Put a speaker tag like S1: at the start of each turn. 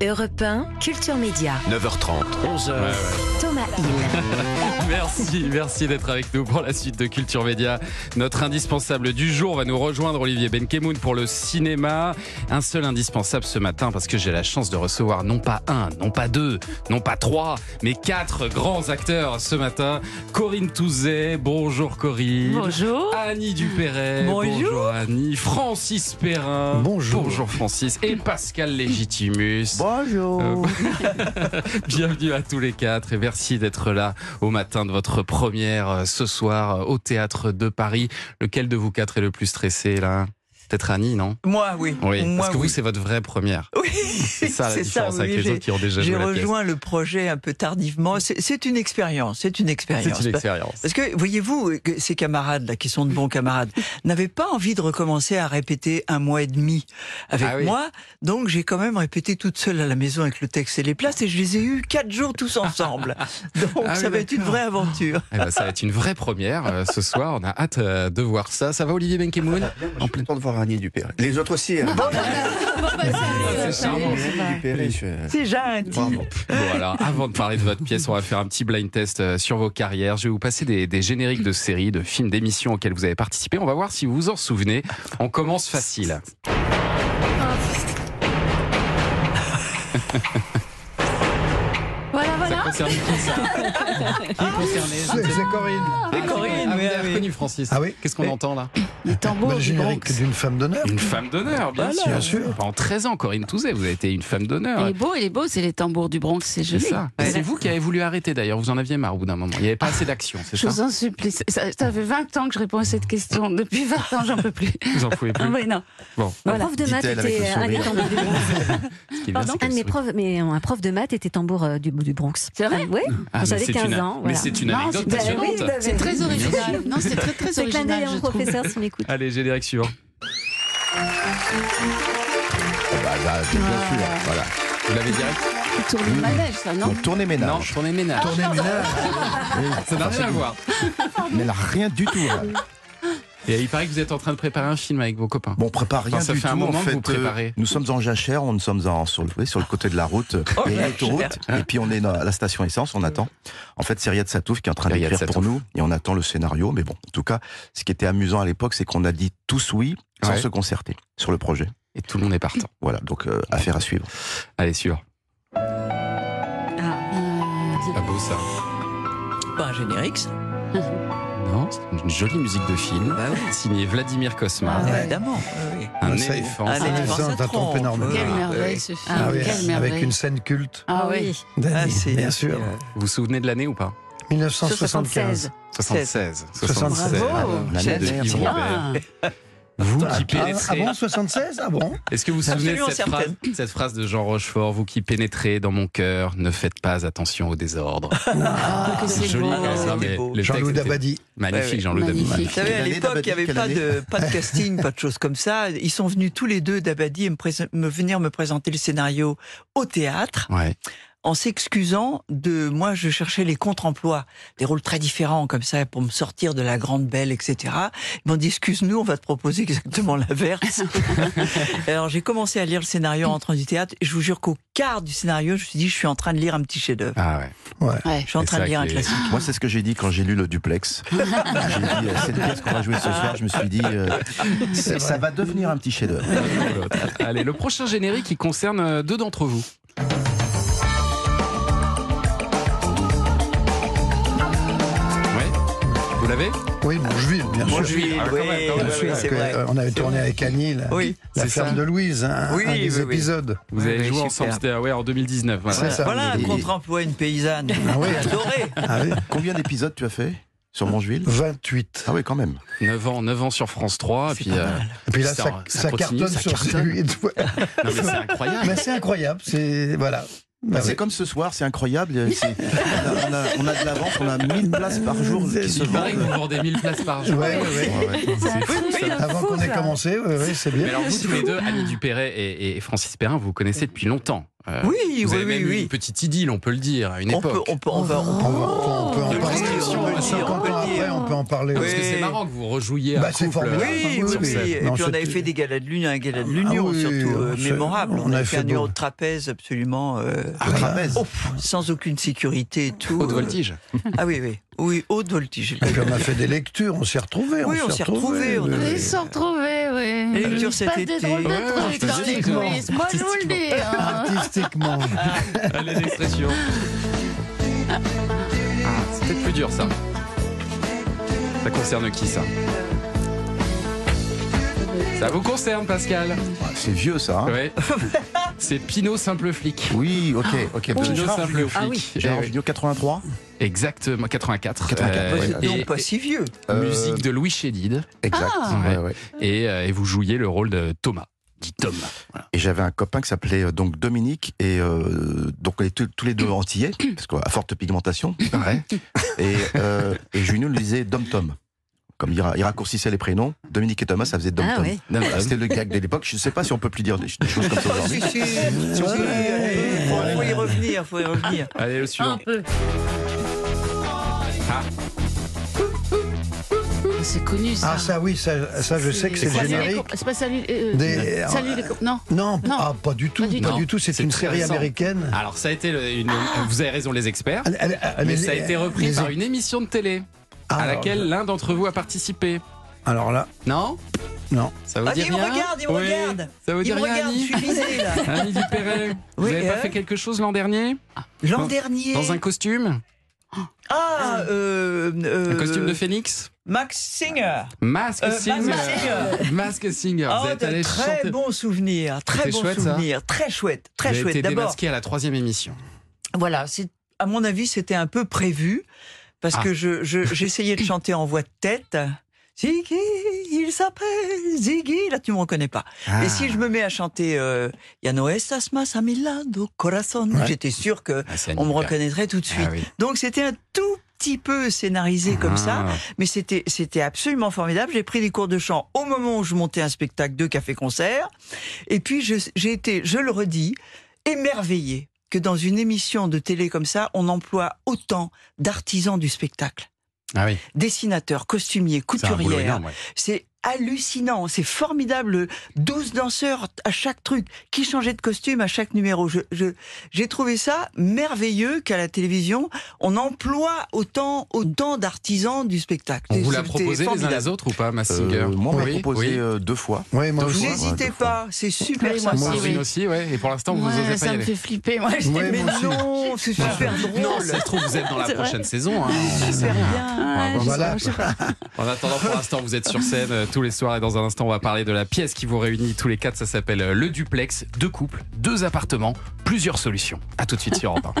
S1: Europe 1, Culture Média,
S2: 9h30, 11h.
S1: Thomas Hill.
S3: Merci, merci d'être avec nous pour la suite de Culture Média. Notre indispensable du jour va nous rejoindre Olivier Benkemoun pour le cinéma. Un seul indispensable ce matin parce que j'ai la chance de recevoir non pas un, non pas deux, non pas trois, mais quatre grands acteurs ce matin. Corinne Touzet, bonjour Corinne.
S4: Bonjour.
S3: Annie Dupéret.
S4: Bonjour.
S3: Annie. Francis Perrin.
S5: Bonjour.
S3: Bonjour Francis. Et Pascal Légitimus.
S5: Bonjour.
S3: Euh, Bienvenue à tous les quatre et merci d'être là au matin de votre première euh, ce soir euh, au théâtre de Paris. Lequel de vous quatre est le plus stressé là Peut-être Annie, non
S4: Moi, oui.
S3: Oui,
S4: Moi,
S3: parce que vous,
S4: oui.
S3: c'est votre vraie première.
S4: Oui,
S3: C'est ça la différence
S4: oui,
S3: avec les
S4: j'ai-
S3: autres qui ont déjà
S4: J'ai
S3: joué la pièce.
S4: rejoint le projet un peu tardivement. C'est c'est une expérience. C'est une expérience.
S3: C'est une expérience.
S4: Parce que voyez-vous, que ces camarades là, qui sont de bons camarades, n'avaient pas envie de recommencer à répéter un mois et demi avec
S3: Ah oui.
S4: moi. Donc j'ai quand même répété toute seule à la maison avec le texte et les places, et je les ai eus quatre jours tous ensemble. Donc
S3: Ah oui,
S4: ça va être une vraie aventure.
S3: Eh ben, ça va être une vraie première euh, ce soir. On a hâte euh, de voir ça. Ça va, Olivier Benkemoun
S5: En plein temps de voir Annie Dupéret. Les autres aussi. Hein.
S3: C'est charmant.
S5: Annie Dupéret, je...
S4: C'est gentil.
S5: Pardon.
S3: Bon, alors, avant de parler de votre pièce, on va faire un petit blind test euh, sur vos carrières. Je vais vous passer des, des génériques de séries, de films, d'émissions auxquelles vous avez participé. On va voir si vous vous en souvenez. On commence facile.
S6: Voilà,
S3: Ça
S6: voilà.
S3: concerne qui ça Qui est concerné
S7: C'est c'est Corinne.
S3: Ah,
S4: Corinne,
S3: ah, vous
S4: oui,
S3: avez
S4: oui.
S3: reconnu Francis.
S7: Ah oui
S3: Qu'est-ce qu'on entend là
S6: Les tambours
S7: Bah, le
S6: du Bronx.
S7: générique d'une femme d'honneur.
S3: Une femme d'honneur, bien
S7: Voilà.
S3: sûr.
S7: Bien sûr.
S3: En 13 ans, Corinne Touzet, vous avez été une femme
S6: Il
S3: d'honneur.
S6: est beau, il est beau, c'est les tambours du Bronx, c'est
S3: C'est
S6: joli.
S3: ça. Et C'est vous qui avez voulu arrêter d'ailleurs. Vous en aviez marre au bout d'un moment. Il n'y avait pas assez d'action, c'est
S6: Ah. Je
S3: ça
S6: vous en supplie. Ça, ça fait 20 ans que je réponds à cette question. Depuis 20 ans, j'en peux plus.
S3: Vous en pouvez plus.
S6: Ah oui, non.
S3: Bon,
S1: Mon
S6: Voilà.
S1: prof de maths
S5: Dit-elle avec
S1: était
S5: le
S1: un des
S5: sourire.
S1: tambours du Bronx.
S3: ce qui est bien,
S6: Pardon
S3: c'est
S1: Un
S3: que
S1: de mes profs, mais un prof de maths était tambour euh, du, du Bronx.
S6: C'est vrai
S1: Oui,
S3: Ah, mais
S1: j'avais
S3: c'est
S1: 15
S3: une-
S1: ans.
S3: Mais
S1: voilà.
S3: c'est une
S6: Non,
S3: anecdote
S6: c'est- bah oui,
S3: passionnante.
S1: bah oui.
S6: C'est très original. Non, c'est très très
S1: C'est clin
S6: original,
S1: d'œil
S6: je
S1: au
S6: trouve.
S1: professeur si on écoute.
S3: Allez, générique suivant.
S5: Bah, bah, bien sûr. Voilà.
S3: Vous l'avez direct
S6: Tourner le manège, ça, non
S5: Donc, tournez
S3: Non,
S5: ménage. Ah,
S3: je tournais ménage.
S7: Tournée ménage.
S3: Ça n'a rien à voir.
S5: Mais là, rien du tout. là.
S3: Et il paraît que vous êtes en train de préparer un film avec vos copains.
S5: Bon, on prépare rien
S3: Enfin, ça
S5: du
S3: fait
S5: tout.
S3: un moment
S5: en
S3: que
S5: fait, euh,
S3: vous préparez.
S5: nous sommes en jachère, on nous sommes en, sur, le, oui, sur le côté de la route,
S3: Oh,
S5: et
S4: jachère.
S5: l'autoroute, et puis on est dans- à la station essence, on attend. En fait, c'est Riyad Satouf qui est en train
S3: Riyad
S5: d'écrire pour
S3: Sattouf.
S5: nous, et on attend le scénario. Mais bon, en tout cas, ce qui était amusant à l'époque, c'est qu'on a dit tous oui sans
S3: Ouais.
S5: se concerter sur le projet.
S3: Et tout le monde est partant.
S5: Voilà, donc euh, affaire à suivre.
S3: Allez, suivant.
S6: Euh,
S3: Pas Ah, beau ça.
S4: Pas un générique, ça.
S3: Non, c'est une jolie musique de film.
S4: Bah oui.
S3: Signée Vladimir Kosma.
S6: Ah ouais.
S4: Évidemment. oui, oui.
S3: Un
S7: Ça y est.
S3: éléphant.
S4: Ah,
S7: Ça,
S4: l'éléphant,
S7: ça,
S4: ça
S7: t'as
S4: trompe.
S7: trompé énormément.
S6: Quelle
S4: Ah,
S6: merveille ce film,
S7: Ah oui,
S6: quelle merveille.
S7: avec une scène culte
S6: Ah oui.
S4: Ah,
S7: d'Annie,
S4: c'est- euh,
S7: bien sûr.
S3: Vous vous souvenez de l'année ou pas
S7: 1975.
S3: 76.
S7: 76.
S6: Bravo.
S5: La
S4: C'est-
S5: mère de
S4: c'est-
S5: Yves Robert.
S6: Ah,
S3: Vous
S7: Ah,
S3: qui
S7: ah
S3: pénétrez.
S7: bon, 76 Ah bon
S3: Est-ce que vous vous souvenez de
S4: Absolument
S3: cette phrase, cette phrase de Jean Rochefort Vous qui pénétrez dans mon cœur, ne faites pas attention au désordre.
S6: que c'est
S3: C'est joli
S6: beau.
S3: quand même, hein, mais
S4: beau.
S3: le
S7: Jean-Louis
S3: texte était
S7: Dabadi.
S3: Magnifique,
S4: Ouais, ouais.
S3: Jean-Louis Dabadi.
S6: Magnifique.
S4: Vous savez, à
S5: Quelle année,
S4: l'époque, il n'y
S5: Dabadi,
S4: avait
S5: quelle
S4: pas
S5: année
S4: de, pas de casting, pas de choses comme ça. Ils sont venus tous les deux, Dabadi, et me, prés- me venir me présenter le scénario au théâtre
S3: Ouais.
S4: en s'excusant de moi, je cherchais les contre-emplois, des rôles très différents comme ça pour me sortir de la grande belle, etc. Ils m'ont dit excuse-nous, on va te proposer exactement l'inverse. Alors j'ai commencé à lire le scénario en rentrant du théâtre. Et je vous jure qu'au quart du scénario, je me suis dit je suis en train de lire un petit chef-d'œuvre.
S3: Ah ouais.
S6: ouais.
S4: Je suis en
S3: C'est
S4: train de
S3: ça
S4: lire un
S3: qui est-
S4: classique.
S5: Moi, c'est ce que j'ai dit quand j'ai lu le duplex. j'ai dit, euh, cette pièce qu'on va jouer ce soir, je me suis dit, euh, ça ça va devenir un petit chef-d'œuvre.
S3: Allez, le prochain générique, il concerne euh, deux d'entre vous. Ouais. Vous l'avez
S7: Oui, Montjuil, bien sûr.
S4: Montjuil,
S3: Ah, quand
S4: oui,
S3: même, quand même,
S4: oui,
S3: ouais,
S7: Parce
S4: c'est
S7: que,
S4: vrai.
S7: euh, on avait tourné avec Annie la,
S4: Oui.
S7: la
S3: C'est
S7: ferme
S3: ça.
S7: de Louise, hein, un,
S4: Oui,
S7: un
S4: oui,
S7: des
S4: oui.
S7: épisodes.
S3: Vous
S4: Oui,
S3: avez
S4: oui,
S3: joué
S4: super.
S3: ensemble, c'était ah ouais, en 2019. voilà.
S7: C'est ça.
S4: Voilà un
S5: Et-
S4: contre-emploi, une paysanne.
S7: Ah oui.
S4: J'ai adoré.
S7: Ah oui.
S5: Combien d'épisodes tu as fait sur Mongeville
S7: 28.
S5: Ah oui, quand même.
S3: 9 ans, 9 ans sur France 3. Et puis, euh,
S7: Et puis là,
S3: Ça-
S7: ça,
S3: ça
S7: ça
S3: continue,
S7: cartonne
S3: ça
S7: sur
S3: cartonne.
S7: celui de- Ouais.
S3: non, mais c'est incroyable.
S7: Mais c'est incroyable. C'est voilà. Bah
S5: Bah, c'est
S7: oui.
S5: comme ce soir, c'est incroyable. euh, c'est- On a, on a- on a de l'avance, on a 1000 places par jour qui se
S3: Il paraît que
S5: vendent.
S3: vous vendez 1000 places par jour.
S7: Ouais, ouais, ouais.
S3: Ouais, ouais. C'est fou, ça.
S7: Avant qu'on ait commencé, oui, oui, c'est bien.
S3: Mais alors vous tous les deux, Annie Dupéret et, et Francis Perrin, vous vous connaissez depuis longtemps. Euh,
S4: Oui,
S3: vous
S4: oui,
S3: avez même
S4: oui,
S3: eu
S4: oui.
S3: une petite idylle, on peut le dire, à une
S4: On
S3: époque.
S4: peut, on peut, on va- on
S7: On,
S4: peut-
S7: va- on peut
S4: De
S7: en parler.
S4: l'inscription,
S7: on peut le
S4: on
S7: dire,
S4: 50
S7: on peut
S4: ans
S7: le dire.
S4: après, on
S7: on peut en parler.
S3: Parce que
S4: Oui.
S3: c'est marrant que vous rejouiez un
S7: Bah, c'est
S3: couple.
S7: formidable.
S3: euh,
S4: Oui,
S7: Ah,
S4: oui,
S7: sur
S4: oui.
S7: scène.
S4: Et
S7: Non,
S4: puis on
S7: c'était-
S4: avait fait des galas de l'Union, un gala de l'Union
S7: Ah oui,
S4: surtout euh,
S7: on s'est-
S4: mémorable. On,
S7: on
S4: avait
S7: avait
S4: fait
S7: fait Ah
S4: un numéro
S7: beau.
S4: de trapèze absolument euh,
S5: Le trapèze.
S4: oh, pff, sans aucune sécurité et tout.
S3: Haute
S4: euh,
S3: voltige.
S4: Ah oui, oui, oui, haute voltige.
S7: Et puis on a fait des lectures, on s'est retrouvés.
S4: Oui, on s'est retrouvés, on a-
S7: oui.
S6: Ils se sont retrouvés, oui.
S4: Et
S6: Il
S4: lecture
S6: se
S4: cet
S6: passe des
S4: été.
S6: drôles de
S3: Ouais,
S7: Ah,
S6: trucs dans les
S3: artistiquement.
S6: coulisses. Moi, je vous le dis. hein.
S7: Artistiquement.
S3: Allez, l'expression. Ah, c'est peut-être plus dur, ça. Ça concerne qui, ça Ça vous concerne, Pascal
S5: Ah, C'est vieux ça. hein.
S3: Ouais. C'est Pinot Simple Flic.
S5: Oui, ok, ok. parce que
S3: Pinot
S5: Gérard
S3: Simple
S5: Jugnot-
S3: Flic.
S1: Ah oui.
S5: Gérard
S3: Eh oui.
S5: Jugnot, 83.
S3: Exactement, 84.
S5: 84,
S3: Euh,
S5: ouais,
S4: Donc
S3: et-
S4: pas si vieux.
S5: Euh,
S3: Musique de Louis Chédid.
S5: Exact.
S3: Ah.
S5: ouais, ouais.
S3: Et, euh, et vous jouiez le rôle de Thomas, dit Tom.
S5: Et j'avais un copain qui s'appelait euh, donc Dominique et euh, donc on est tous- tous les deux antillais parce qu'à forte pigmentation.
S3: Ouais.
S5: Et, euh, et Junio le disait Dom Tom. Comme il, ra- il raccourcissait les prénoms, Dominique et Thomas, ça faisait Dom
S1: Ah
S5: Tom.
S1: oui.
S7: euh,
S5: Voilà, C'était le gag de l'époque. Je ne sais pas si on peut plus dire des, des choses comme ça
S4: Oh, si,
S5: aujourd'hui.
S4: si, si, si, allez, faut, faut y revenir, faut y revenir.
S3: Allez, le
S6: Un
S3: suivant.
S6: peu.
S3: Ah.
S6: C'est connu, ça.
S7: Ah, ça, oui, ça, ça je sais que c'est le
S6: Salut les
S7: générique.
S6: copains. C'est pas salut. euh,
S7: Des- ah,
S6: Salut les copains. Non.
S7: Non,
S6: Non.
S7: ah, pas du tout.
S6: Pas du
S7: Pas
S3: tout.
S7: du tout. C'est
S3: C'est
S7: une
S3: très
S7: série
S3: récent.
S7: américaine.
S3: Ah. Alors, ça a été le- une- vous avez raison, les experts.
S7: Elle- elle- elle-
S3: Mais
S7: elle-
S3: ça a été repris
S7: Ah, les-
S3: par une émission de télé
S7: Ah,
S3: à
S7: alors,
S3: laquelle l'un d'entre vous a participé.
S7: Alors là,
S3: Non
S7: Non.
S3: Ça vous
S4: Ah,
S3: dit
S4: il me
S3: rien
S4: regarde, il me
S3: Oui.
S4: regarde.
S3: Ça vous dit
S4: Il me
S3: rien,
S4: regarde, je
S3: Annie Hein,
S4: suis visé là.
S3: Annie Dupéret, vous
S4: Oui,
S3: n'avez
S4: et
S3: pas
S4: elle
S3: fait quelque chose l'an dernier
S4: L'an dernier.
S3: Dans un costume
S4: Ah, euh, euh,
S3: Un costume de phénix
S4: Max Singer.
S3: Masque
S4: Euh, Max
S3: Singer
S4: Singer.
S3: Masque Singer Vous
S4: Oh,
S3: êtes
S4: de
S3: allé
S4: très
S3: chanter.
S4: bon souvenir, très
S3: C'était
S4: bon
S3: chouette, ça hein
S4: souvenir, très chouette, très
S3: Vous avez
S4: chouette.
S3: été
S4: D'abord,
S3: démasqué à la troisième émission.
S4: voilà, c'est à mon avis, c'était un peu prévu parce
S3: Ah.
S4: que je je- j'essayais de chanter en voix de tête. Ziggy, il s'appelle Ziggy. Là, tu me reconnais pas. Et si je
S3: Ah.
S4: me mets à chanter euh, Ya no estas más a mi lado, corazón,
S7: Ouais.
S4: j'étais sûr que
S3: Ah, c'est
S4: on me
S3: Annie Dupéret.
S4: reconnaîtrait tout de suite.
S3: Ah oui.
S4: Donc c'était un tout petit peu scénarisé comme ça,
S3: Ah.
S4: mais c'était c'était absolument formidable. J'ai pris des cours de chant au moment où je montais un spectacle de café-concert, et puis je- j'ai été, je le redis, émerveillé que dans une émission de télé comme ça, on emploie autant d'artisans du spectacle,
S3: Ah oui,
S4: dessinateurs, costumiers,
S3: c'est un boulot
S4: couturières.
S3: énorme. ouais.
S4: C'est hallucinant, c'est formidable. 12 danseurs à chaque truc, qui changeaient de costume à chaque numéro. Je, je- j'ai trouvé ça merveilleux qu'à la télévision, on emploie autant, autant d'artisans du spectacle.
S3: On vous l'a
S4: C'était
S3: proposé les uns
S4: formidable.
S3: les autres ou pas, Mask
S5: Euh,
S3: Singer
S5: moi, on m'a
S3: Oui,
S5: proposé
S3: oui.
S5: euh, deux fois.
S7: oui, moi
S3: Deux
S7: aussi.
S3: fois.
S4: N'hésitez
S5: Ouais,
S4: pas, c'est super
S6: Oui, moi
S4: sympa.
S3: Moi
S6: aussi,
S3: aussi,
S6: oui.
S3: aussi, ouais. Et pour l'instant, vous
S6: Ouais,
S3: n'osez pas y
S6: ça me
S3: aller.
S6: fait flipper. Moi, j'étais
S7: Ouais,
S4: Mais
S7: moi aussi.
S4: non, c'est super drôle.
S3: Non, ça se trouve, vous êtes dans la
S6: C'est vrai.
S3: prochaine saison. hein.
S4: super bien.
S6: Ah, je sais
S7: Voilà.
S6: pas, je sais pas.
S3: En attendant, pour l'instant, vous êtes sur scène euh, tous les soirs et dans un instant, on va parler de la pièce qui vous réunit tous les quatre. Ça s'appelle euh, Le Duplex. Deux couples, deux appartements, plusieurs solutions. À tout de suite sur Europe 1.